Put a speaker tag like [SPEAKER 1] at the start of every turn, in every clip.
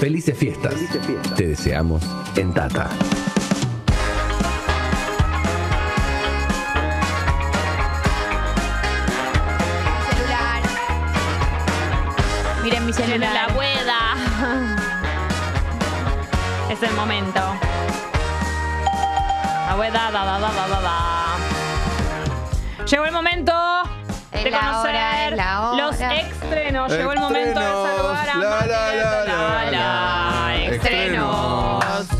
[SPEAKER 1] Felices fiestas. Te deseamos en Tata.
[SPEAKER 2] celular.
[SPEAKER 3] Miren mi
[SPEAKER 2] En
[SPEAKER 3] celular.
[SPEAKER 2] la abuela.
[SPEAKER 3] Es el momento. Abuela, da, da, da, da, da, da. Llegó el momento
[SPEAKER 2] Es
[SPEAKER 3] de
[SPEAKER 2] la
[SPEAKER 3] conocer
[SPEAKER 2] hora, es la hora.
[SPEAKER 3] los estrenos. Llegó el momento de
[SPEAKER 4] Estrenos,
[SPEAKER 3] saludar a
[SPEAKER 4] la,
[SPEAKER 3] Mati
[SPEAKER 4] la, la,
[SPEAKER 3] Nieto,
[SPEAKER 4] la, la.
[SPEAKER 3] Estrenos.
[SPEAKER 4] Estrenos,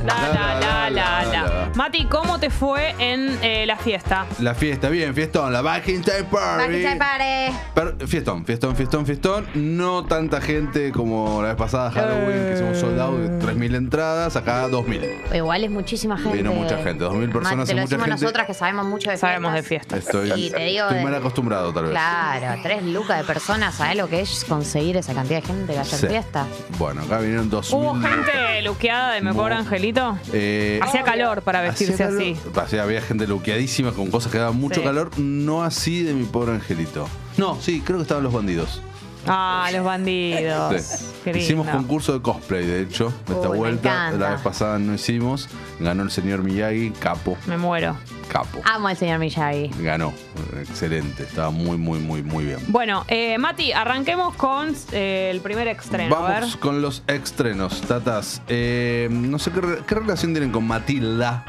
[SPEAKER 3] La, la, la, la, la.
[SPEAKER 4] la.
[SPEAKER 3] Mati, ¿cómo te fue en eh, la fiesta?
[SPEAKER 4] La fiesta, bien, fiestón, la Back in Time
[SPEAKER 2] Va que
[SPEAKER 4] Party.
[SPEAKER 2] se pare.
[SPEAKER 4] Per- fiestón, fiestón, fiestón, fiestón. No tanta gente como la vez pasada, Halloween, que hicimos sold out, 3.000 entradas, acá 2.000.
[SPEAKER 2] Igual es muchísima gente.
[SPEAKER 4] Vino mucha gente, 2.000
[SPEAKER 2] Mati,
[SPEAKER 4] personas
[SPEAKER 2] Te
[SPEAKER 4] y
[SPEAKER 2] lo
[SPEAKER 4] mucha
[SPEAKER 2] decimos
[SPEAKER 4] gente.
[SPEAKER 2] nosotras que sabemos mucho de
[SPEAKER 3] Sabemos de
[SPEAKER 2] fiestas.
[SPEAKER 3] fiestas.
[SPEAKER 4] Estoy,
[SPEAKER 2] Y te digo,
[SPEAKER 4] estoy
[SPEAKER 2] de-
[SPEAKER 4] mal acostumbrado, tal vez.
[SPEAKER 2] Claro, tres lucas de personas, ¿sabes lo que es conseguir esa cantidad de gente que hacer
[SPEAKER 4] Sí.
[SPEAKER 2] fiesta?
[SPEAKER 4] Bueno, acá vinieron 2.000.
[SPEAKER 3] ¿Hubo Uh, gente luqueada de Me
[SPEAKER 4] Muy-
[SPEAKER 3] Pobre Angelito?
[SPEAKER 4] Eh,
[SPEAKER 3] Hacía calor para vestirse
[SPEAKER 4] hacía
[SPEAKER 3] así.
[SPEAKER 4] calor. Hacía- había gente luqueadísima con cosas que daban mucho
[SPEAKER 3] Sí.
[SPEAKER 4] calor. No así de mi pobre angelito. No, sí, creo que estaban los bandidos.
[SPEAKER 3] Ah, los bandidos.
[SPEAKER 4] Sí.
[SPEAKER 3] Qué lindo.
[SPEAKER 4] Hicimos concurso de cosplay, de hecho, esta
[SPEAKER 2] Uy, me
[SPEAKER 4] vuelta.
[SPEAKER 2] encanta.
[SPEAKER 4] La vez pasada no hicimos. Ganó el señor Miyagi, capo,
[SPEAKER 3] Me muero.
[SPEAKER 4] capo.
[SPEAKER 2] Amo al señor Miyagi.
[SPEAKER 4] Ganó. Excelente. Estaba muy, muy, muy, muy bien.
[SPEAKER 3] Bueno, eh, Mati, arranquemos con eh, el primer extremo. a ver.
[SPEAKER 4] Vamos con los estrenos, tatas. Eh, no sé qué, re- qué relación tienen con Matilda.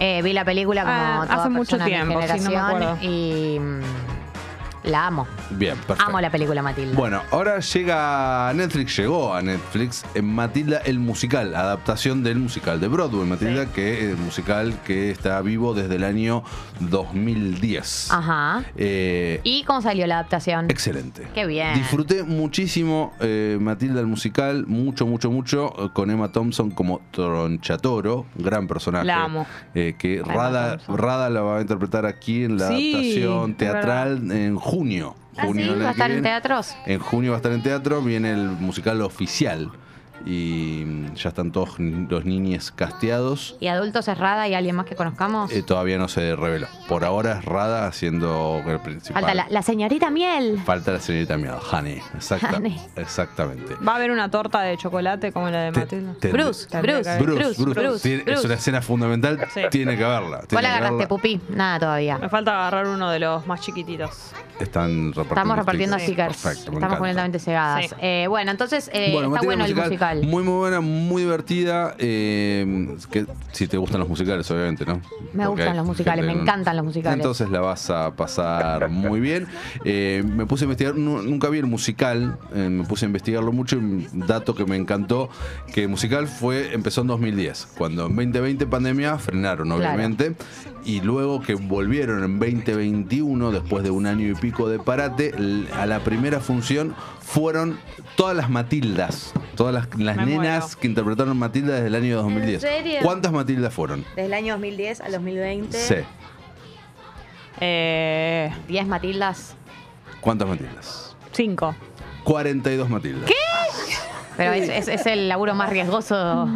[SPEAKER 2] Eh, vi la película como
[SPEAKER 3] Ah,
[SPEAKER 2] toda
[SPEAKER 3] hace mucho
[SPEAKER 2] persona de mi
[SPEAKER 3] tiempo, sí, no me
[SPEAKER 2] generación
[SPEAKER 3] acuerdo.
[SPEAKER 2] y mm, la amo.
[SPEAKER 4] Bien, perfecto.
[SPEAKER 2] Amo la película Matilda.
[SPEAKER 4] Bueno, ahora llega a Netflix, llegó a Netflix en Matilda el musical, adaptación del musical de Broadway, Matilda, que es el musical que está vivo desde el año 2010.
[SPEAKER 2] Ajá.
[SPEAKER 4] Eh,
[SPEAKER 2] ¿Y cómo salió la adaptación?
[SPEAKER 4] Excelente.
[SPEAKER 2] Qué bien.
[SPEAKER 4] Disfruté muchísimo eh, Matilda el musical, mucho, mucho, mucho, eh, con Emma Thompson como Tronchatoro, gran personaje.
[SPEAKER 3] La amo.
[SPEAKER 4] Eh, que
[SPEAKER 3] Emma
[SPEAKER 4] Rada,
[SPEAKER 3] Thompson.
[SPEAKER 4] Rada la va a interpretar aquí en la
[SPEAKER 3] Sí,
[SPEAKER 4] adaptación
[SPEAKER 3] es
[SPEAKER 4] teatral en junio.
[SPEAKER 2] Ah,
[SPEAKER 4] junio
[SPEAKER 2] sí,
[SPEAKER 4] del año
[SPEAKER 2] va a
[SPEAKER 4] que
[SPEAKER 2] estar en
[SPEAKER 4] viene.
[SPEAKER 2] teatros.
[SPEAKER 4] En junio va a estar en teatro, viene el musical oficial. Y mm, ya están todos ni- los niñes casteados.
[SPEAKER 2] ¿Y adultos cerrada y alguien más que conozcamos?
[SPEAKER 4] Eh, todavía no se reveló. Por ahora es Rada haciendo el principal.
[SPEAKER 2] Falta la, la señorita Miel.
[SPEAKER 4] Falta la señorita Miau, Honey. Exacta-
[SPEAKER 2] Honey.
[SPEAKER 4] Exactamente.
[SPEAKER 3] Va a haber una torta de chocolate como la de
[SPEAKER 4] Te-
[SPEAKER 3] Matilda.
[SPEAKER 4] te-
[SPEAKER 2] Bruce,
[SPEAKER 3] Tendría
[SPEAKER 2] Bruce,
[SPEAKER 3] que
[SPEAKER 4] Bruce,
[SPEAKER 3] haber.
[SPEAKER 4] Bruce,
[SPEAKER 2] Bruce,
[SPEAKER 4] Tiene- Es
[SPEAKER 2] Bruce.
[SPEAKER 4] una escena fundamental.
[SPEAKER 3] Sí.
[SPEAKER 4] Tiene que verla.
[SPEAKER 2] ¿Vos
[SPEAKER 4] tiene
[SPEAKER 2] la
[SPEAKER 4] que
[SPEAKER 2] agarraste,
[SPEAKER 4] verla.
[SPEAKER 2] Pupi? Nada todavía.
[SPEAKER 3] Me falta agarrar uno de los más chiquititos.
[SPEAKER 4] Están repartiendo
[SPEAKER 2] Estamos repartiendo
[SPEAKER 3] Sí.
[SPEAKER 2] stickers.
[SPEAKER 4] Perfecto, me
[SPEAKER 2] Estamos
[SPEAKER 4] encanta.
[SPEAKER 2] completamente cegadas.
[SPEAKER 3] Sí.
[SPEAKER 2] Eh, bueno, entonces eh,
[SPEAKER 4] Bueno,
[SPEAKER 2] está
[SPEAKER 4] Matilda
[SPEAKER 2] bueno el musical.
[SPEAKER 4] Muy, muy buena, muy divertida. eh, que, si te gustan los musicales, obviamente, ¿no?
[SPEAKER 2] Me
[SPEAKER 4] Porque
[SPEAKER 2] gustan
[SPEAKER 4] hay
[SPEAKER 2] los musicales,
[SPEAKER 4] gente
[SPEAKER 2] me
[SPEAKER 4] que-
[SPEAKER 2] encantan los musicales.
[SPEAKER 4] Entonces la vas a pasar muy bien. Eh, me puse a investigar, nu- nunca vi el musical, eh, me puse a investigarlo mucho. y Un dato que me encantó, que el musical fue empezó en 2010, cuando en 2020 pandemia frenaron,
[SPEAKER 2] Claro.
[SPEAKER 4] obviamente, y luego que volvieron en 2021, después de un año y pico de parate, l- a la primera función fueron todas las Matildas, todas las, las
[SPEAKER 3] Me
[SPEAKER 4] nenas
[SPEAKER 3] muero.
[SPEAKER 4] que interpretaron Matilda desde el año 2010.
[SPEAKER 2] serio?
[SPEAKER 4] ¿Cuántas Matildas fueron?
[SPEAKER 2] Desde el año 2010 al 2020.
[SPEAKER 4] Sí.
[SPEAKER 3] Eh,
[SPEAKER 2] 10 Matildas.
[SPEAKER 4] ¿Cuántas Matildas?
[SPEAKER 3] cinco.
[SPEAKER 4] 42 Matildas. ¿Qué?
[SPEAKER 2] Pero es, es- es el laburo más riesgoso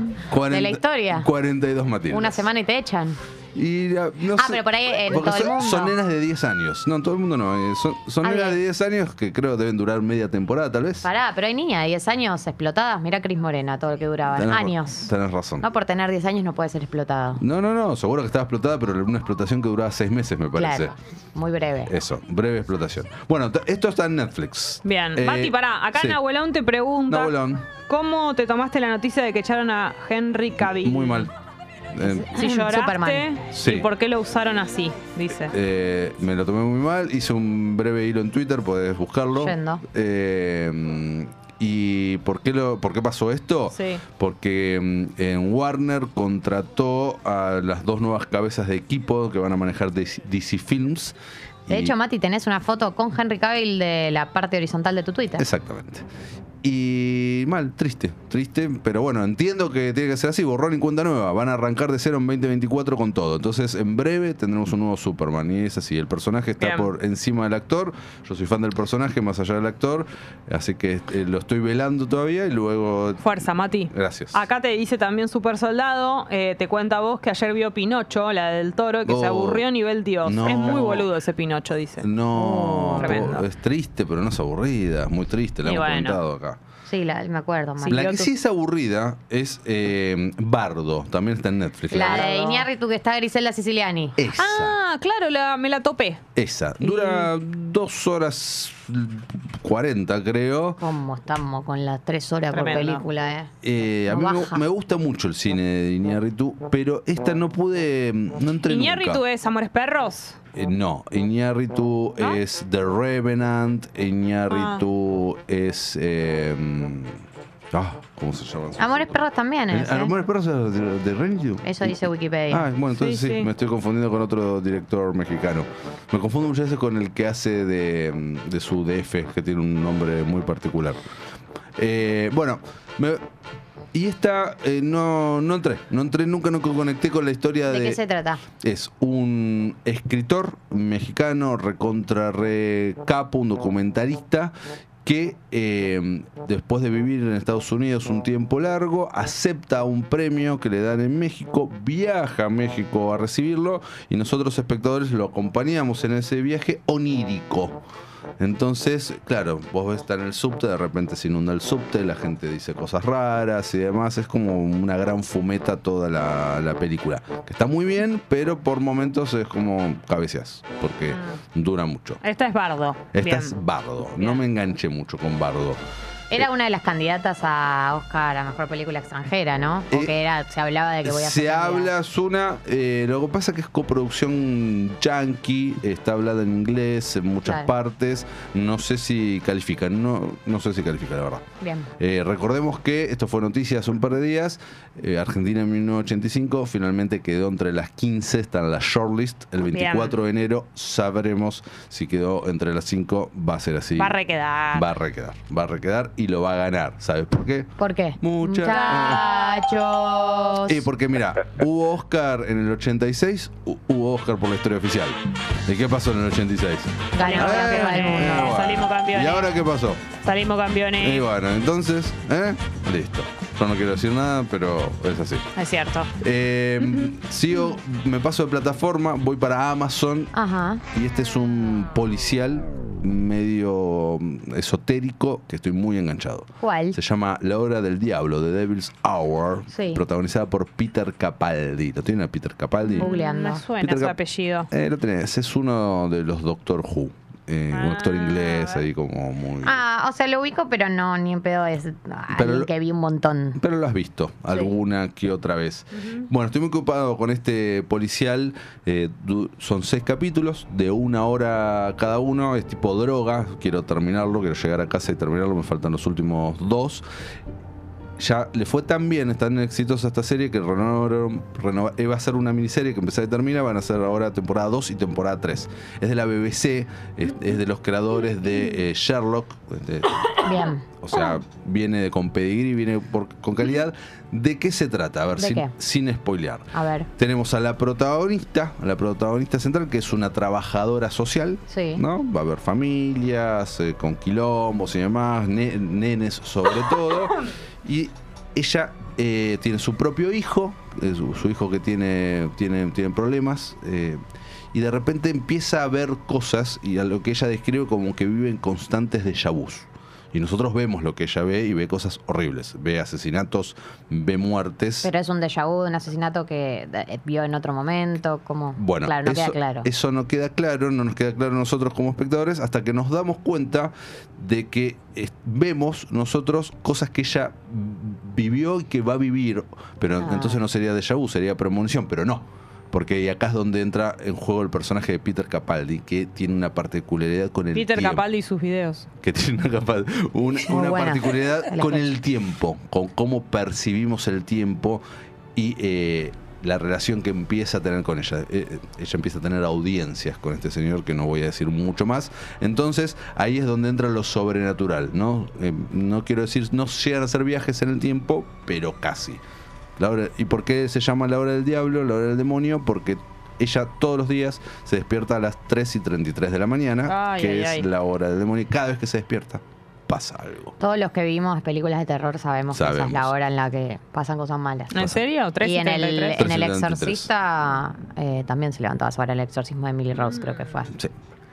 [SPEAKER 2] de la historia.
[SPEAKER 4] 42 Matildas.
[SPEAKER 2] Una semana y te echan.
[SPEAKER 4] Y, ah, no
[SPEAKER 2] Ah,
[SPEAKER 4] sé,
[SPEAKER 2] pero por ahí en
[SPEAKER 4] porque
[SPEAKER 2] todo el
[SPEAKER 4] son,
[SPEAKER 2] mundo.
[SPEAKER 4] son nenas de 10 años. No, en todo el mundo no. eh, Son, son
[SPEAKER 2] Ah,
[SPEAKER 4] nenas de
[SPEAKER 2] bien.
[SPEAKER 4] 10 años que creo deben durar media temporada, tal vez.
[SPEAKER 2] Pará, pero hay niñas de 10 años explotadas. Mira Cris Morena, todo lo que duraba.
[SPEAKER 4] Tenés ra-
[SPEAKER 2] años.
[SPEAKER 4] Tenés razón.
[SPEAKER 2] No por tener 10 años no puede ser explotado.
[SPEAKER 4] No, no, no. Seguro que estaba explotada, pero una explotación que duraba 6 meses, me parece.
[SPEAKER 2] Claro. Muy breve.
[SPEAKER 4] Eso, breve explotación. Bueno, t- esto está en Netflix.
[SPEAKER 3] Bien.
[SPEAKER 4] Eh,
[SPEAKER 3] Mati, pará. Acá
[SPEAKER 4] sí.
[SPEAKER 3] Nahuelón te pregunta.
[SPEAKER 4] Nahuelón.
[SPEAKER 3] ¿Cómo te tomaste la noticia de que echaron a Henry Cavill?
[SPEAKER 4] Muy mal. Eh,
[SPEAKER 3] Si lloraste.
[SPEAKER 2] Superman.
[SPEAKER 4] Sí.
[SPEAKER 3] ¿Y por qué lo usaron así? Dice.
[SPEAKER 4] Eh, me lo tomé muy mal, hice un breve hilo en Twitter, podés buscarlo.
[SPEAKER 2] Yendo.
[SPEAKER 4] Eh, ¿Y por qué, lo, por qué pasó esto?
[SPEAKER 3] Sí.
[SPEAKER 4] Porque mm, en Warner contrató a las dos nuevas cabezas de equipo que van a manejar DC, DC Films.
[SPEAKER 2] De
[SPEAKER 4] y-
[SPEAKER 2] hecho, Mati, tenés una foto con Henry Cavill de la parte horizontal de tu Twitter.
[SPEAKER 4] Exactamente. Y mal, triste, triste, pero bueno, entiendo que tiene que ser así, borrón y cuenta nueva, van a arrancar de cero en 2024 con todo, entonces en breve tendremos un nuevo Superman y es así, el personaje está
[SPEAKER 3] Bien.
[SPEAKER 4] por encima del actor, yo soy fan del personaje más allá del actor, así que eh, lo estoy velando todavía y luego...
[SPEAKER 3] Fuerza, Mati.
[SPEAKER 4] Gracias.
[SPEAKER 3] Acá te dice también Super Soldado, eh, te cuenta vos que ayer vio Pinocho, la del toro, que se
[SPEAKER 4] Oh.
[SPEAKER 3] aburrió a nivel Dios.
[SPEAKER 4] No.
[SPEAKER 3] Es muy boludo ese Pinocho, dice.
[SPEAKER 4] No,
[SPEAKER 3] Oh, tremendo.
[SPEAKER 4] po- es triste, pero no es aburrida, es muy triste, la
[SPEAKER 3] Y
[SPEAKER 4] hemos
[SPEAKER 3] bueno.
[SPEAKER 4] comentado acá.
[SPEAKER 5] Sí, la, me acuerdo. Mario.
[SPEAKER 4] La
[SPEAKER 3] yo
[SPEAKER 4] que
[SPEAKER 3] tu-
[SPEAKER 4] sí es aburrida es eh, Bardo, también está en Netflix. la
[SPEAKER 5] La
[SPEAKER 4] verdad.
[SPEAKER 5] de Iñárritu que está Griselda Siciliani.
[SPEAKER 4] Esa.
[SPEAKER 3] Ah, claro, la- me la topé.
[SPEAKER 4] Esa. Dura dos horas cuarenta, creo.
[SPEAKER 5] ¿Cómo estamos con las tres horas por
[SPEAKER 3] Tremendo.
[SPEAKER 5] película, eh?
[SPEAKER 4] Eh, a mí
[SPEAKER 5] No
[SPEAKER 4] me,
[SPEAKER 5] baja.
[SPEAKER 4] me gusta mucho el cine de Iñárritu, pero esta no pude. No entré
[SPEAKER 3] Iñárritu
[SPEAKER 4] nunca.
[SPEAKER 3] es Amores Perros.
[SPEAKER 4] Eh, no, Iñárritu
[SPEAKER 3] ¿No?
[SPEAKER 4] es The Revenant,
[SPEAKER 3] Ah.
[SPEAKER 4] Iñárritu es. eh, ah, ¿Cómo se llama?
[SPEAKER 5] Amores Perros también es.
[SPEAKER 4] Eh,
[SPEAKER 5] ¿eh?
[SPEAKER 4] ¿Amores Perros es de, de Iñárritu?
[SPEAKER 5] Eso dice Wikipedia.
[SPEAKER 4] Ah, bueno, entonces sí,
[SPEAKER 3] Sí, sí.
[SPEAKER 4] me estoy confundiendo con otro director mexicano. Me confundo muchas veces con el que hace de, mm, de su DF, que tiene un nombre muy particular. Eh, bueno, me- y esta eh, no, no entré, no entré nunca, no conecté con la historia de...
[SPEAKER 5] ¿De qué se trata?
[SPEAKER 4] Es un escritor mexicano, recontra re capo, un documentalista que eh, después de vivir en Estados Unidos un tiempo largo, acepta un premio que le dan en México, viaja a México a recibirlo y nosotros espectadores lo acompañamos en ese viaje onírico. Entonces, claro, vos ves estar en el subte, de repente se inunda el subte, la gente dice cosas raras y demás, es como una gran fumeta toda la, la película, que está muy bien, pero por momentos es como cabeceas, porque
[SPEAKER 5] Ah.
[SPEAKER 4] dura mucho.
[SPEAKER 3] Esta es Bardo.
[SPEAKER 4] Esta
[SPEAKER 3] Bien.
[SPEAKER 4] es Bardo, no
[SPEAKER 3] Bien.
[SPEAKER 4] me enganché mucho con Bardo. Eh.
[SPEAKER 5] Era una de las candidatas a Oscar a Mejor Película Extranjera, ¿no?
[SPEAKER 4] Eh,
[SPEAKER 5] Porque era, se hablaba de que voy a ser
[SPEAKER 4] Se
[SPEAKER 5] candidata.
[SPEAKER 4] habla, es una, eh, lo que pasa que es coproducción yankee, está hablada en inglés en muchas
[SPEAKER 5] Claro.
[SPEAKER 4] partes, no sé si califica, no, no sé si califica, la verdad.
[SPEAKER 5] Bien.
[SPEAKER 4] Eh, recordemos que esto fue noticia hace un par de días. eh, Argentina en 1985 finalmente quedó entre las 15, está en la shortlist. El
[SPEAKER 3] Bien.
[SPEAKER 4] 24 de enero sabremos si quedó entre las 5. Va a ser así.
[SPEAKER 3] Va a requedar.
[SPEAKER 4] Va a requedar. Va a requedar y lo va a ganar. ¿Sabes por qué?
[SPEAKER 5] ¿Por qué?
[SPEAKER 4] Mucha-
[SPEAKER 5] Muchachos.
[SPEAKER 4] Y porque mira, hubo Oscar en el 86, hu- hubo Oscar por la historia oficial. ¿Y qué pasó en el 86?
[SPEAKER 5] Ganamos
[SPEAKER 3] Eh,
[SPEAKER 5] la Copa del Mundo.
[SPEAKER 3] eh, salimos campeones.
[SPEAKER 4] ¿Y ahora qué pasó?
[SPEAKER 3] Salimos
[SPEAKER 4] Y
[SPEAKER 3] campeones.
[SPEAKER 4] bueno, entonces, ¿eh? Listo. Yo no quiero decir nada, pero es así.
[SPEAKER 3] Es cierto.
[SPEAKER 4] Eh, sigo, me paso de plataforma, voy para Amazon
[SPEAKER 5] Ajá.
[SPEAKER 4] y este es un policial medio mm, esotérico que estoy muy enganchado.
[SPEAKER 5] ¿Cuál?
[SPEAKER 4] Se llama La Hora del Diablo, The Devil's Hour,
[SPEAKER 5] Sí.
[SPEAKER 4] protagonizada por Peter Capaldi. ¿Lo tienen a Peter Capaldi?
[SPEAKER 5] Googleando.
[SPEAKER 3] Me suena
[SPEAKER 4] Peter
[SPEAKER 3] su
[SPEAKER 4] Cap-
[SPEAKER 3] apellido.
[SPEAKER 4] Eh, lo tenés, es uno de los Doctor Who. eh, un
[SPEAKER 3] Ah,
[SPEAKER 4] actor inglés
[SPEAKER 3] a ver.
[SPEAKER 4] ahí como muy...
[SPEAKER 5] Ah, o sea, lo ubico, pero no, ni en pedo es ah, alguien
[SPEAKER 4] Pero-
[SPEAKER 5] que vi un montón.
[SPEAKER 4] Pero lo has visto alguna que otra vez. Bueno, estoy muy ocupado con este policial. eh, du- son seis capítulos de una hora cada uno. Es tipo droga. Quiero terminarlo, quiero llegar a casa y terminarlo. Me faltan los últimos dos. Ya le fue tan bien, es tan exitosa esta serie que renovaron, renova- eh, va a ser una miniserie que empezará y termina, van a ser ahora temporada 2 y temporada 3. Es de la BBC, es, es de los creadores de eh, Sherlock, este, de-
[SPEAKER 5] Bien.
[SPEAKER 4] o
[SPEAKER 5] Ah.
[SPEAKER 4] sea, viene de- con pedigrí, viene por- con calidad. ¿De qué se trata? A ver,
[SPEAKER 5] ¿De
[SPEAKER 4] sin,
[SPEAKER 5] qué?
[SPEAKER 4] sin spoilear.
[SPEAKER 5] A ver.
[SPEAKER 4] Tenemos a la protagonista, a la protagonista central, que es una trabajadora social.
[SPEAKER 5] Sí.
[SPEAKER 4] ¿No? Va a haber familias eh, con quilombos y demás, ne- nenes sobre todo. Y ella eh, tiene su propio hijo, eh, su, su hijo que tiene, tiene, tiene problemas. eh, y de repente empieza a ver cosas y a lo que ella describe como que vive en constantes déjà vus. Y nosotros vemos lo que ella ve y ve cosas horribles. Ve asesinatos, ve muertes.
[SPEAKER 5] Pero es un déjà vu, un asesinato que eh, vio en otro momento, como...
[SPEAKER 4] Bueno,
[SPEAKER 5] claro, no
[SPEAKER 4] eso,
[SPEAKER 5] queda claro.
[SPEAKER 4] eso no queda claro, no nos queda claro a nosotros como espectadores, hasta que nos damos cuenta de que eh, vemos nosotros cosas que ella vivió y que va a vivir. Pero
[SPEAKER 5] Ah.
[SPEAKER 4] entonces no sería déjà vu, sería premonición, pero no. Porque y acá es donde entra en juego el personaje de Peter Capaldi, que tiene una particularidad con el
[SPEAKER 3] Peter
[SPEAKER 4] tiempo
[SPEAKER 3] Capaldi y sus videos.
[SPEAKER 4] que tiene una, capa- una-
[SPEAKER 5] Muy
[SPEAKER 4] una
[SPEAKER 5] buena.
[SPEAKER 4] particularidad
[SPEAKER 5] La
[SPEAKER 4] con
[SPEAKER 5] calle.
[SPEAKER 4] el tiempo, con cómo percibimos el tiempo y eh, la relación que empieza a tener con ella. Eh, eh, ella empieza a tener audiencias con este señor, que no voy a decir mucho más. Entonces, ahí es donde entra lo sobrenatural, ¿no? Eh, no quiero decir, no llegan a ser viajes en el tiempo, pero casi. La hora- ¿Y por qué se llama la hora del diablo, la hora del demonio? Porque ella todos los días se despierta a las 3 y 33 de la mañana,
[SPEAKER 3] Ay,
[SPEAKER 4] que
[SPEAKER 3] ay,
[SPEAKER 4] es
[SPEAKER 3] ay.
[SPEAKER 4] la hora del demonio. Y cada vez que se despierta, pasa algo.
[SPEAKER 5] Todos los que vimos películas de terror sabemos, que esa es
[SPEAKER 4] Sabemos.
[SPEAKER 5] la hora en la que pasan cosas malas.
[SPEAKER 3] ¿En serio? 3
[SPEAKER 5] Y
[SPEAKER 3] y
[SPEAKER 5] en el,
[SPEAKER 3] 33.
[SPEAKER 5] en el
[SPEAKER 4] 373.
[SPEAKER 5] exorcista eh, también se levantaba sobre el exorcismo de Emily Rose, creo que fue.
[SPEAKER 4] Sí.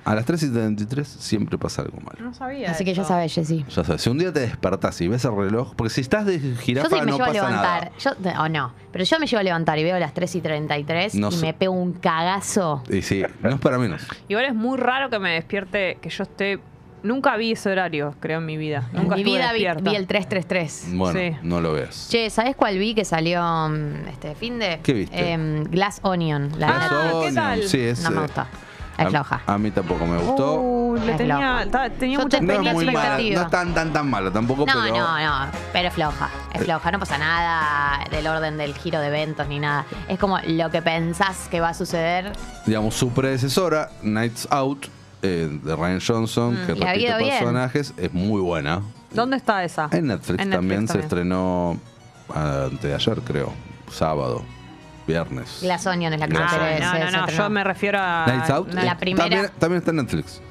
[SPEAKER 4] A las 3 y 33 siempre pasa algo malo.
[SPEAKER 3] No sabía.
[SPEAKER 2] Así que ya
[SPEAKER 3] esto.
[SPEAKER 2] sabes, Jessy.
[SPEAKER 4] Ya sabes, si un día te despertás y ves el reloj, porque si estás de
[SPEAKER 2] Yo
[SPEAKER 4] jirafa
[SPEAKER 2] sí me
[SPEAKER 4] no
[SPEAKER 2] llevo a
[SPEAKER 4] pasa
[SPEAKER 2] levantar.
[SPEAKER 4] nada.
[SPEAKER 2] Yo, o no. Pero yo me llevo a levantar y veo las 3 y 33
[SPEAKER 4] No
[SPEAKER 2] y
[SPEAKER 4] sé.
[SPEAKER 2] me pego un cagazo.
[SPEAKER 4] Y sí, no es para menos.
[SPEAKER 3] Igual es muy raro que me despierte, que yo esté. Nunca vi ese horario, creo, en mi vida.
[SPEAKER 2] En
[SPEAKER 3] Nunca
[SPEAKER 2] mi
[SPEAKER 3] estuve
[SPEAKER 2] vida vi,
[SPEAKER 3] despierta.
[SPEAKER 2] vi el 333.
[SPEAKER 4] Bueno,
[SPEAKER 3] Sí.
[SPEAKER 4] no lo veas.
[SPEAKER 2] Che, ¿sabés cuál vi que salió mm, este fin de?
[SPEAKER 4] ¿Qué viste?
[SPEAKER 2] Em, Glass Onion. La de
[SPEAKER 3] Ah,
[SPEAKER 2] Netflix.
[SPEAKER 3] ¿qué tal?
[SPEAKER 4] Sí, es,
[SPEAKER 2] no me
[SPEAKER 4] eh,
[SPEAKER 2] gustó.
[SPEAKER 4] a-
[SPEAKER 2] Es floja.
[SPEAKER 4] A, mí tampoco me gustó.
[SPEAKER 3] Uh, le
[SPEAKER 2] Es
[SPEAKER 3] tenía,
[SPEAKER 2] loco.
[SPEAKER 3] ta- tenía
[SPEAKER 2] Yo
[SPEAKER 3] mucha
[SPEAKER 2] te-
[SPEAKER 4] no
[SPEAKER 2] tenía
[SPEAKER 4] es muy mala,
[SPEAKER 2] expectativa.
[SPEAKER 4] no es tan tan tan mala tampoco,
[SPEAKER 2] No,
[SPEAKER 4] pero Eh.
[SPEAKER 2] no, no, pero es floja, es floja, no pasa nada del orden del giro de eventos ni nada. Es como lo que pensás que va a suceder.
[SPEAKER 4] digamos su predecesora, Nights Out, eh, de Ryan Johnson, que
[SPEAKER 2] La
[SPEAKER 4] repite
[SPEAKER 2] vida bien.
[SPEAKER 4] personajes, es muy buena.
[SPEAKER 3] ¿Dónde está esa?
[SPEAKER 4] En Netflix,
[SPEAKER 3] En Netflix
[SPEAKER 4] también, se
[SPEAKER 3] también.
[SPEAKER 4] estrenó antes de ayer, creo, sábado, viernes.
[SPEAKER 2] Glass Onion es la que
[SPEAKER 4] Glass
[SPEAKER 2] se
[SPEAKER 3] Ah,
[SPEAKER 2] tere-
[SPEAKER 4] Onion.
[SPEAKER 2] se-
[SPEAKER 3] no, no,
[SPEAKER 2] se
[SPEAKER 3] no,
[SPEAKER 2] estrenó.
[SPEAKER 3] yo me refiero a.
[SPEAKER 4] Nights Out
[SPEAKER 2] La
[SPEAKER 4] eh,
[SPEAKER 2] primera.
[SPEAKER 4] También, también está en Netflix.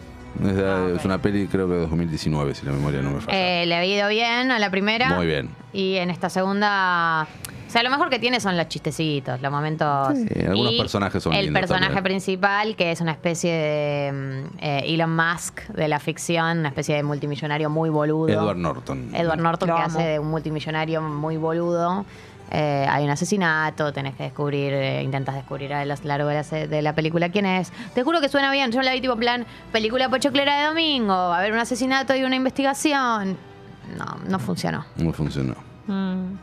[SPEAKER 4] Es, de-
[SPEAKER 3] Ah, ok.
[SPEAKER 4] es una peli creo que de 2019, si la memoria no me falla.
[SPEAKER 2] Eh, le había ido bien a la primera.
[SPEAKER 4] Muy bien.
[SPEAKER 2] Y en esta segunda. O sea, lo mejor que tiene son los chistecitos, los momentos.
[SPEAKER 4] Sí, Eh, algunos
[SPEAKER 2] Y
[SPEAKER 4] personajes son
[SPEAKER 2] El
[SPEAKER 4] lindos
[SPEAKER 2] personaje
[SPEAKER 4] también.
[SPEAKER 2] principal, que es una especie de mm, eh, Elon Musk de la ficción, una especie de multimillonario muy boludo.
[SPEAKER 4] Edward Norton.
[SPEAKER 2] Edward Norton,
[SPEAKER 3] Lo
[SPEAKER 2] que
[SPEAKER 3] amo.
[SPEAKER 2] hace de un multimillonario muy boludo. Eh, hay un asesinato, tenés que descubrir, eh, intentas descubrir a lo largo de la, se- de la película quién es. Te juro que suena bien, yo la vi tipo en plan, película pochoclera de domingo, va a haber un asesinato y una investigación. No, no funcionó.
[SPEAKER 4] No funcionó.
[SPEAKER 3] Mm.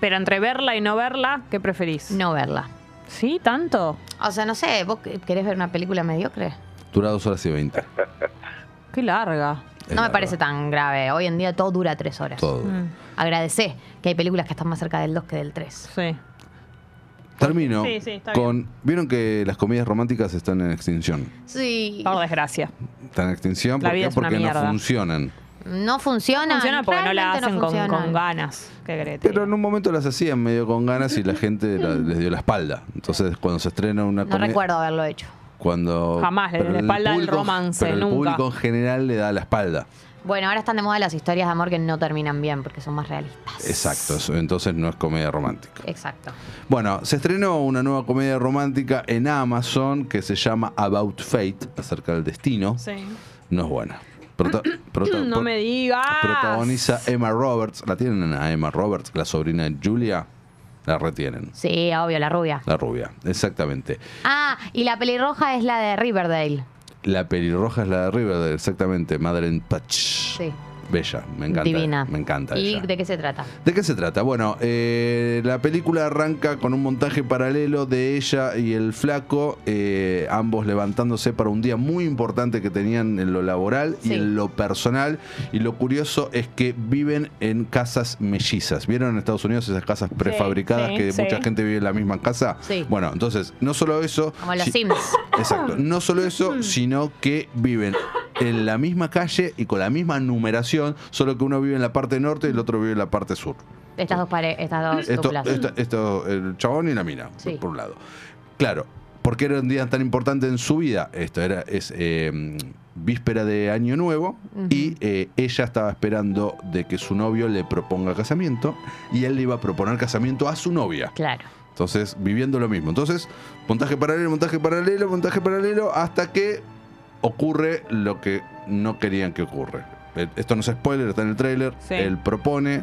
[SPEAKER 3] Pero entre verla y no verla, ¿qué preferís?
[SPEAKER 2] No verla.
[SPEAKER 3] ¿Sí? ¿Tanto?
[SPEAKER 2] O sea, no sé, ¿vos qu- querés ver una película mediocre?
[SPEAKER 4] Dura 2 horas y 20.
[SPEAKER 3] Qué larga.
[SPEAKER 2] No me parece tan grave. Hoy en día todo dura tres horas.
[SPEAKER 4] Todo.
[SPEAKER 3] Mm,
[SPEAKER 2] Agradecé que hay películas que están más cerca del 2 que del 3.
[SPEAKER 3] sí.
[SPEAKER 4] Termino
[SPEAKER 3] Sí, sí, está
[SPEAKER 4] con. Vieron que las comedias románticas están en extinción.
[SPEAKER 2] Sí.
[SPEAKER 3] Por desgracia.
[SPEAKER 4] Están en extinción
[SPEAKER 3] La
[SPEAKER 4] ¿por
[SPEAKER 3] vida
[SPEAKER 4] qué?
[SPEAKER 3] es una
[SPEAKER 4] porque no
[SPEAKER 3] mierda.
[SPEAKER 4] funcionan.
[SPEAKER 2] No funciona.
[SPEAKER 3] Funciona porque no la hacen con- con,
[SPEAKER 2] ganas.
[SPEAKER 3] ganas. ¿Qué querés? que te
[SPEAKER 4] Pero en
[SPEAKER 3] diga?
[SPEAKER 4] un momento las hacían medio con ganas y la gente la- les dio la espalda. Entonces, cuando se estrena una
[SPEAKER 2] No
[SPEAKER 4] comedia.
[SPEAKER 2] recuerdo haberlo hecho.
[SPEAKER 4] Cuando.
[SPEAKER 3] Jamás le dio
[SPEAKER 4] pero
[SPEAKER 3] la
[SPEAKER 4] el
[SPEAKER 3] espalda al
[SPEAKER 4] público-
[SPEAKER 3] romance,
[SPEAKER 4] pero
[SPEAKER 3] nunca.
[SPEAKER 4] El público en general le da la espalda.
[SPEAKER 2] Bueno, ahora están de moda las historias de amor que no terminan bien porque son más realistas.
[SPEAKER 4] Exacto, eso- entonces no es comedia romántica.
[SPEAKER 2] Exacto.
[SPEAKER 4] Bueno, se estrenó una nueva comedia romántica en Amazon que se llama About Fate, acerca del destino.
[SPEAKER 3] Sí.
[SPEAKER 4] No es buena. Prota- prota-
[SPEAKER 3] No
[SPEAKER 4] pro-
[SPEAKER 3] me digas.
[SPEAKER 2] Ah,
[SPEAKER 4] Protagoniza Emma Roberts. ¿La tienen a Emma Roberts, la sobrina de Julia? La retienen.
[SPEAKER 2] Sí, obvio, la rubia.
[SPEAKER 4] La rubia, exactamente.
[SPEAKER 2] Ah, y la pelirroja es la de Riverdale.
[SPEAKER 4] La pelirroja es la de Riverdale, exactamente. Madeleine Patch.
[SPEAKER 2] Sí.
[SPEAKER 4] Bella, me encanta.
[SPEAKER 2] Divina.
[SPEAKER 4] Me encanta.
[SPEAKER 2] ¿Y
[SPEAKER 4] ella.
[SPEAKER 2] de qué se trata?
[SPEAKER 4] ¿De qué se trata? Bueno, eh, la película arranca con un montaje paralelo de ella y el flaco, eh, ambos levantándose para un día muy importante que tenían en lo laboral y
[SPEAKER 2] Sí.
[SPEAKER 4] en lo personal. Y lo curioso es que viven en casas mellizas. ¿Vieron en Estados Unidos esas casas prefabricadas
[SPEAKER 3] sí,
[SPEAKER 4] que
[SPEAKER 3] sí.
[SPEAKER 4] mucha gente vive en la misma casa?
[SPEAKER 2] Sí.
[SPEAKER 4] Bueno, entonces, no solo eso...
[SPEAKER 2] Como los
[SPEAKER 4] si-
[SPEAKER 2] Sims.
[SPEAKER 4] Exacto. No solo eso, sino que viven en la misma calle y con la misma numeración, solo que uno vive en la parte norte y el otro vive en la parte sur.
[SPEAKER 2] Estas dos paredes, estas dos
[SPEAKER 4] Esto,
[SPEAKER 2] duplas.
[SPEAKER 4] esto- esto, el chabón y la mina,
[SPEAKER 2] Sí.
[SPEAKER 4] por un lado. Claro, porque era un día tan importante en su vida. Esto era, es eh, víspera de Año Nuevo y eh, ella estaba esperando de que su novio le proponga casamiento y él le iba a proponer casamiento a su novia.
[SPEAKER 2] Claro.
[SPEAKER 4] Entonces, viviendo lo mismo. Entonces, montaje paralelo, montaje paralelo, montaje paralelo, hasta que ocurre lo que no querían que ocurra. Eh, Esto no es spoiler, está en el tráiler.
[SPEAKER 3] Sí.
[SPEAKER 4] Él propone.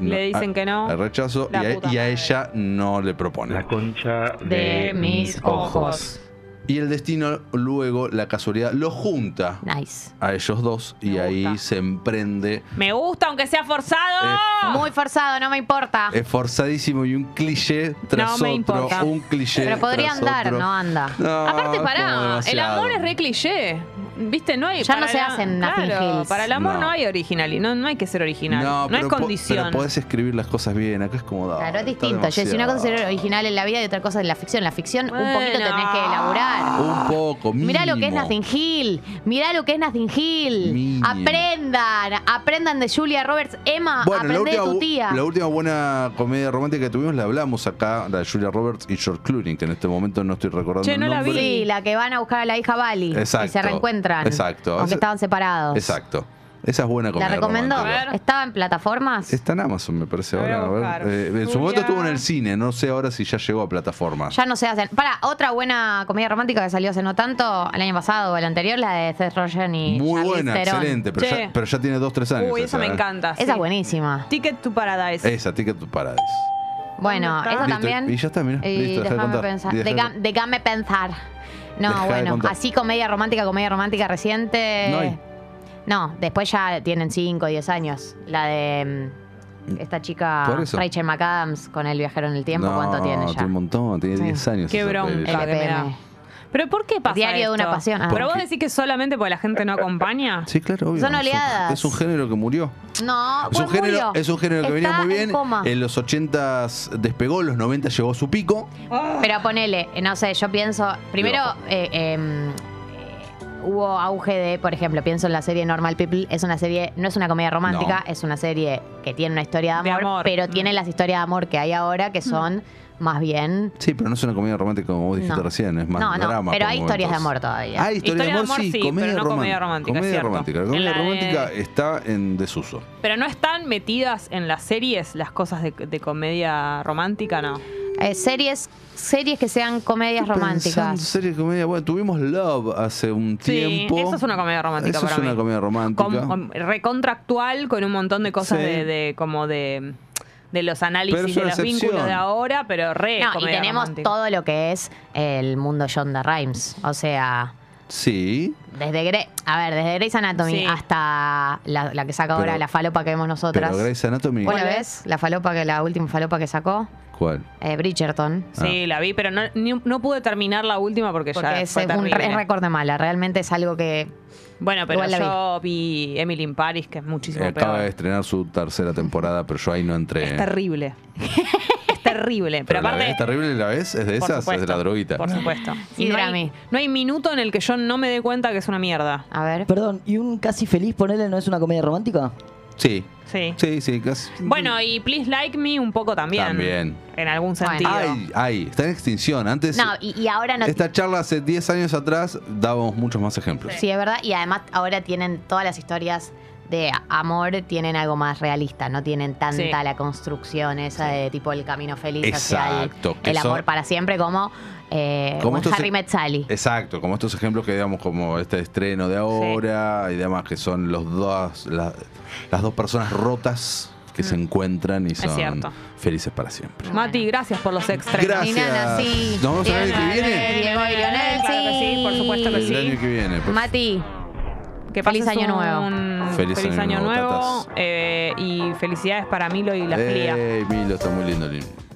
[SPEAKER 4] no-
[SPEAKER 3] Le dicen
[SPEAKER 4] a-
[SPEAKER 3] que no.
[SPEAKER 4] el rechazo y
[SPEAKER 3] La
[SPEAKER 4] a, e-
[SPEAKER 3] puta
[SPEAKER 4] y a
[SPEAKER 3] madre.
[SPEAKER 4] ella no le propone.
[SPEAKER 1] La concha
[SPEAKER 2] De mis ojos.
[SPEAKER 4] Y el destino luego, la casualidad, lo junta
[SPEAKER 2] Nice.
[SPEAKER 4] a ellos dos y
[SPEAKER 3] Me
[SPEAKER 4] ahí
[SPEAKER 3] gusta.
[SPEAKER 4] se emprende
[SPEAKER 3] Me gusta, aunque sea forzado.
[SPEAKER 2] Muy forzado, no me importa.
[SPEAKER 4] Este esforzadísimo y un cliché tras
[SPEAKER 3] Ah. me
[SPEAKER 4] otro,
[SPEAKER 3] importa.
[SPEAKER 4] un cliché
[SPEAKER 2] Pero podría
[SPEAKER 4] tras
[SPEAKER 2] andar,
[SPEAKER 4] otro.
[SPEAKER 2] no anda.
[SPEAKER 4] No,
[SPEAKER 3] Aparte,
[SPEAKER 4] es Ah, como
[SPEAKER 3] pará, el
[SPEAKER 4] demasiado.
[SPEAKER 3] amor es re cliché. ¿Viste? No hay.
[SPEAKER 2] Ya no
[SPEAKER 3] para
[SPEAKER 2] se
[SPEAKER 3] la-
[SPEAKER 2] hacen Nothing
[SPEAKER 3] claro,
[SPEAKER 2] Hills.
[SPEAKER 3] Para el amor
[SPEAKER 4] No.
[SPEAKER 3] no, hay original. No, no hay que ser original. No,
[SPEAKER 4] pero
[SPEAKER 3] es
[SPEAKER 4] po-
[SPEAKER 3] condición.
[SPEAKER 4] Pero podés escribir las cosas bien, acá es como da.
[SPEAKER 2] Claro, es
[SPEAKER 4] está
[SPEAKER 2] distinto. Jessy, una cosa es ser
[SPEAKER 4] demasiado.
[SPEAKER 2] original en la vida y otra cosa en la ficción. En la ficción un poquito
[SPEAKER 3] Bueno.
[SPEAKER 2] tenés que elaborar.
[SPEAKER 4] Ah, Un poco, mínimo.
[SPEAKER 2] Mirá lo que es Nothing Hill. Mirá lo que es Nothing Hill.
[SPEAKER 4] Mínimo.
[SPEAKER 2] Aprendan. Aprendan de Julia Roberts. Emma,
[SPEAKER 4] Bueno, la
[SPEAKER 2] Ah, aprende de
[SPEAKER 4] última,
[SPEAKER 2] tu
[SPEAKER 4] bu-
[SPEAKER 2] tía.
[SPEAKER 4] la última buena comedia romántica que tuvimos la hablamos acá, la de Julia Roberts y George Clooney, que en este momento no estoy recordando
[SPEAKER 3] Che,
[SPEAKER 4] el
[SPEAKER 3] no la
[SPEAKER 4] nombre.
[SPEAKER 3] vi.
[SPEAKER 2] Sí, la que van a buscar a la hija Bali.
[SPEAKER 4] Exacto.
[SPEAKER 2] Y se reencuentran.
[SPEAKER 4] Exacto.
[SPEAKER 2] Aunque
[SPEAKER 4] Ese-
[SPEAKER 2] estaban separados.
[SPEAKER 4] Exacto. Esa es buena
[SPEAKER 2] ¿La
[SPEAKER 4] comedia
[SPEAKER 2] recomendó?
[SPEAKER 4] romántica.
[SPEAKER 3] romántica.
[SPEAKER 2] ¿Estaba en plataformas?
[SPEAKER 4] Está en Amazon, me parece
[SPEAKER 3] La voy a
[SPEAKER 4] ahora. a ver.
[SPEAKER 3] buscar.
[SPEAKER 4] Eh, en su
[SPEAKER 3] Julia-
[SPEAKER 4] momento estuvo en el cine, no sé ahora si ya llegó a plataforma.
[SPEAKER 2] Ya no se hacen. Para, otra buena comedia romántica que salió hace no tanto, el año pasado o el anterior, la de Seth Rogen y
[SPEAKER 4] Muy
[SPEAKER 2] Charlize
[SPEAKER 4] buena,
[SPEAKER 2] Theron.
[SPEAKER 4] excelente, pero
[SPEAKER 3] Che.
[SPEAKER 4] ya, pero ya tiene dos, tres años.
[SPEAKER 3] Uy, esa me
[SPEAKER 4] ¿eh?
[SPEAKER 3] encanta.
[SPEAKER 2] Esa
[SPEAKER 3] sí.
[SPEAKER 2] es buenísima.
[SPEAKER 3] Ticket to Paradise.
[SPEAKER 4] Esa, Ticket to Paradise.
[SPEAKER 2] Bueno,
[SPEAKER 3] está?
[SPEAKER 2] esa
[SPEAKER 4] Listo,
[SPEAKER 2] también.
[SPEAKER 4] y ya está, mirá,
[SPEAKER 2] Y
[SPEAKER 4] listo, dejá de
[SPEAKER 2] déjame
[SPEAKER 4] contar.
[SPEAKER 2] pensar.
[SPEAKER 4] Y dejá de
[SPEAKER 2] Deca-
[SPEAKER 4] contar.
[SPEAKER 2] déjame pensar. No,
[SPEAKER 4] Dejá de
[SPEAKER 2] bueno,
[SPEAKER 4] contar.
[SPEAKER 2] así comedia romántica, comedia romántica reciente.
[SPEAKER 4] No hay.
[SPEAKER 2] No, después ya tienen 5 o 10 años. La de mm, esta chica
[SPEAKER 4] Por eso.
[SPEAKER 2] Rachel McAdams con El viajero en el tiempo,
[SPEAKER 4] No,
[SPEAKER 2] ¿cuánto tiene ya?
[SPEAKER 4] un montón, tiene
[SPEAKER 2] Sí.
[SPEAKER 4] 10 años.
[SPEAKER 3] Qué
[SPEAKER 4] esa
[SPEAKER 3] bronca
[SPEAKER 4] peli.
[SPEAKER 2] El
[SPEAKER 3] que me da.
[SPEAKER 2] LPM.
[SPEAKER 3] Pero ¿por qué pasa
[SPEAKER 2] Diario de una
[SPEAKER 3] esto?
[SPEAKER 2] pasión. Ah.
[SPEAKER 3] ¿Pero vos
[SPEAKER 4] Porque-
[SPEAKER 3] decís que solamente porque la gente no acompaña?
[SPEAKER 4] Sí, claro, obvio.
[SPEAKER 2] Son
[SPEAKER 4] Es un-
[SPEAKER 2] oleadas.
[SPEAKER 4] Es un género que murió.
[SPEAKER 2] No,
[SPEAKER 4] Es un,
[SPEAKER 2] ¿cuál
[SPEAKER 4] género,
[SPEAKER 2] murió?
[SPEAKER 4] es un género que venía
[SPEAKER 2] Está
[SPEAKER 4] muy bien.
[SPEAKER 2] En coma.
[SPEAKER 4] En los 80s despegó, en los 90 llegó a su pico.
[SPEAKER 2] Pero ponele, no sé, yo pienso. Primero,
[SPEAKER 4] bajó.
[SPEAKER 2] eh, em, eh, hubo auge de, por ejemplo, pienso en la serie Normal People. Es una serie, no es una comedia romántica, es una serie que tiene una historia de amor,
[SPEAKER 3] De amor. Mm.
[SPEAKER 2] pero tiene las historias de amor que hay ahora que son más bien.
[SPEAKER 4] Sí, pero no es una comedia romántica como vos dijiste
[SPEAKER 2] No.
[SPEAKER 4] recién, es más
[SPEAKER 2] no, no,
[SPEAKER 4] drama.
[SPEAKER 2] pero
[SPEAKER 4] por
[SPEAKER 2] hay historias de
[SPEAKER 4] momentos.
[SPEAKER 2] amor todavía.
[SPEAKER 4] Hay historias de amor, sí, comedia
[SPEAKER 3] pero no
[SPEAKER 4] romántica.
[SPEAKER 3] comedia romántica,
[SPEAKER 4] Comedia
[SPEAKER 3] es cierto.
[SPEAKER 4] romántica. La
[SPEAKER 3] En
[SPEAKER 4] comedia
[SPEAKER 3] la de-
[SPEAKER 4] romántica está en desuso.
[SPEAKER 3] Pero no están metidas en las series las cosas de, de comedia romántica, ¿no?
[SPEAKER 2] Eh, series, series que sean comedias
[SPEAKER 4] Estoy pensando,
[SPEAKER 2] románticas.
[SPEAKER 4] serie de comedia. Bueno, tuvimos Love hace un tiempo.
[SPEAKER 3] eso es una comedia romántica
[SPEAKER 4] Eso
[SPEAKER 3] para
[SPEAKER 4] es una
[SPEAKER 3] mí.
[SPEAKER 4] comedia romántica.
[SPEAKER 3] Con- con- recontractual con un montón de cosas
[SPEAKER 4] Sí.
[SPEAKER 3] de, de- como de, de los
[SPEAKER 4] Pero
[SPEAKER 3] análisis
[SPEAKER 4] es
[SPEAKER 3] de
[SPEAKER 4] una
[SPEAKER 3] los
[SPEAKER 4] excepción.
[SPEAKER 3] vínculos de ahora, pero re
[SPEAKER 2] No, y
[SPEAKER 3] comedia
[SPEAKER 2] tenemos
[SPEAKER 3] romántica.
[SPEAKER 2] todo lo que es el mundo John de Rhimes. O sea,
[SPEAKER 4] Sí.
[SPEAKER 2] Desde Grey, a ver, desde Grey's Anatomy
[SPEAKER 3] Sí.
[SPEAKER 2] hasta la, la que saca ahora,
[SPEAKER 4] Pero-
[SPEAKER 2] la falopa que vemos nosotras.
[SPEAKER 4] Pero Grey's Anatomy.
[SPEAKER 2] ¿Vos la
[SPEAKER 3] ¿Cuál es?
[SPEAKER 2] ves? La falopa que, la última falopa que sacó,
[SPEAKER 4] ¿Cuál?
[SPEAKER 2] eh, Bridgerton.
[SPEAKER 4] Ah.
[SPEAKER 3] Sí, la vi, pero no, ni- no pude terminar la última porque, ya
[SPEAKER 2] Porque es,
[SPEAKER 3] fue
[SPEAKER 2] es un re-
[SPEAKER 3] terrible.
[SPEAKER 2] es récord de mala. Realmente es algo que.
[SPEAKER 3] Bueno, pero
[SPEAKER 2] Igual la
[SPEAKER 3] yo vi. Emily in Paris, que es muchísimo
[SPEAKER 4] Eh, Acaba
[SPEAKER 3] peor.
[SPEAKER 4] de estrenar su tercera temporada, pero yo ahí no entré.
[SPEAKER 3] Es terrible. es terrible. Pero,
[SPEAKER 4] Pero la
[SPEAKER 3] aparte.
[SPEAKER 4] ves, ¿Es terrible la vez? ¿Es de
[SPEAKER 3] por
[SPEAKER 4] esas? ¿Es
[SPEAKER 3] supuesto,
[SPEAKER 4] de la droguita?
[SPEAKER 3] Por supuesto.
[SPEAKER 2] Sí,
[SPEAKER 3] Y no, hay,
[SPEAKER 2] Drami.
[SPEAKER 3] no hay minuto en el que yo no me dé cuenta que es una mierda.
[SPEAKER 2] A ver.
[SPEAKER 6] Perdón, ¿y un casi feliz ponele no es una comedia romántica?
[SPEAKER 4] Sí.
[SPEAKER 3] Sí.
[SPEAKER 4] Sí, sí, casi.
[SPEAKER 3] Bueno, y Please Like Me un poco también.
[SPEAKER 4] También.
[SPEAKER 3] En algún
[SPEAKER 2] Bueno.
[SPEAKER 3] sentido.
[SPEAKER 4] Ay, ay, está en extinción. Antes,
[SPEAKER 2] No, y, y ahora no.
[SPEAKER 4] esta charla hace 10 años atrás, dábamos muchos más ejemplos.
[SPEAKER 2] Sí, es verdad. Y además ahora tienen todas las historias de amor, tienen algo más realista. No tienen tanta
[SPEAKER 3] Sí.
[SPEAKER 2] la construcción esa de tipo el camino feliz
[SPEAKER 4] Exacto,
[SPEAKER 2] hacia
[SPEAKER 4] que
[SPEAKER 2] el, el
[SPEAKER 4] son-
[SPEAKER 2] amor para siempre, como, eh,
[SPEAKER 4] Como
[SPEAKER 2] como en
[SPEAKER 4] estos-
[SPEAKER 2] Harry Met Sally.
[SPEAKER 4] Exacto, como estos ejemplos que digamos, como este estreno de ahora y demás, que son los dos, la- las dos personas rotas que se encuentran y son
[SPEAKER 3] Mm. cierto.
[SPEAKER 4] felices para siempre.
[SPEAKER 3] Mati, gracias por los extras.
[SPEAKER 4] Gracias.
[SPEAKER 2] Nana, sí.
[SPEAKER 4] Nos vemos el año que
[SPEAKER 2] Diana,
[SPEAKER 4] viene.
[SPEAKER 2] Diego y Leonel,
[SPEAKER 3] Claro que sí, por supuesto que
[SPEAKER 4] El
[SPEAKER 3] Pues sí.
[SPEAKER 4] año que viene. por-
[SPEAKER 2] Mati.
[SPEAKER 3] Que
[SPEAKER 2] Feliz
[SPEAKER 3] pases
[SPEAKER 2] año nuevo.
[SPEAKER 3] un
[SPEAKER 4] Feliz
[SPEAKER 3] feliz
[SPEAKER 4] año
[SPEAKER 3] año
[SPEAKER 4] nuevo,
[SPEAKER 3] nuevo.
[SPEAKER 4] tatas.
[SPEAKER 3] eh, y felicidades para Milo y la Flia.
[SPEAKER 4] Ey, Milo, está muy lindo. lindo.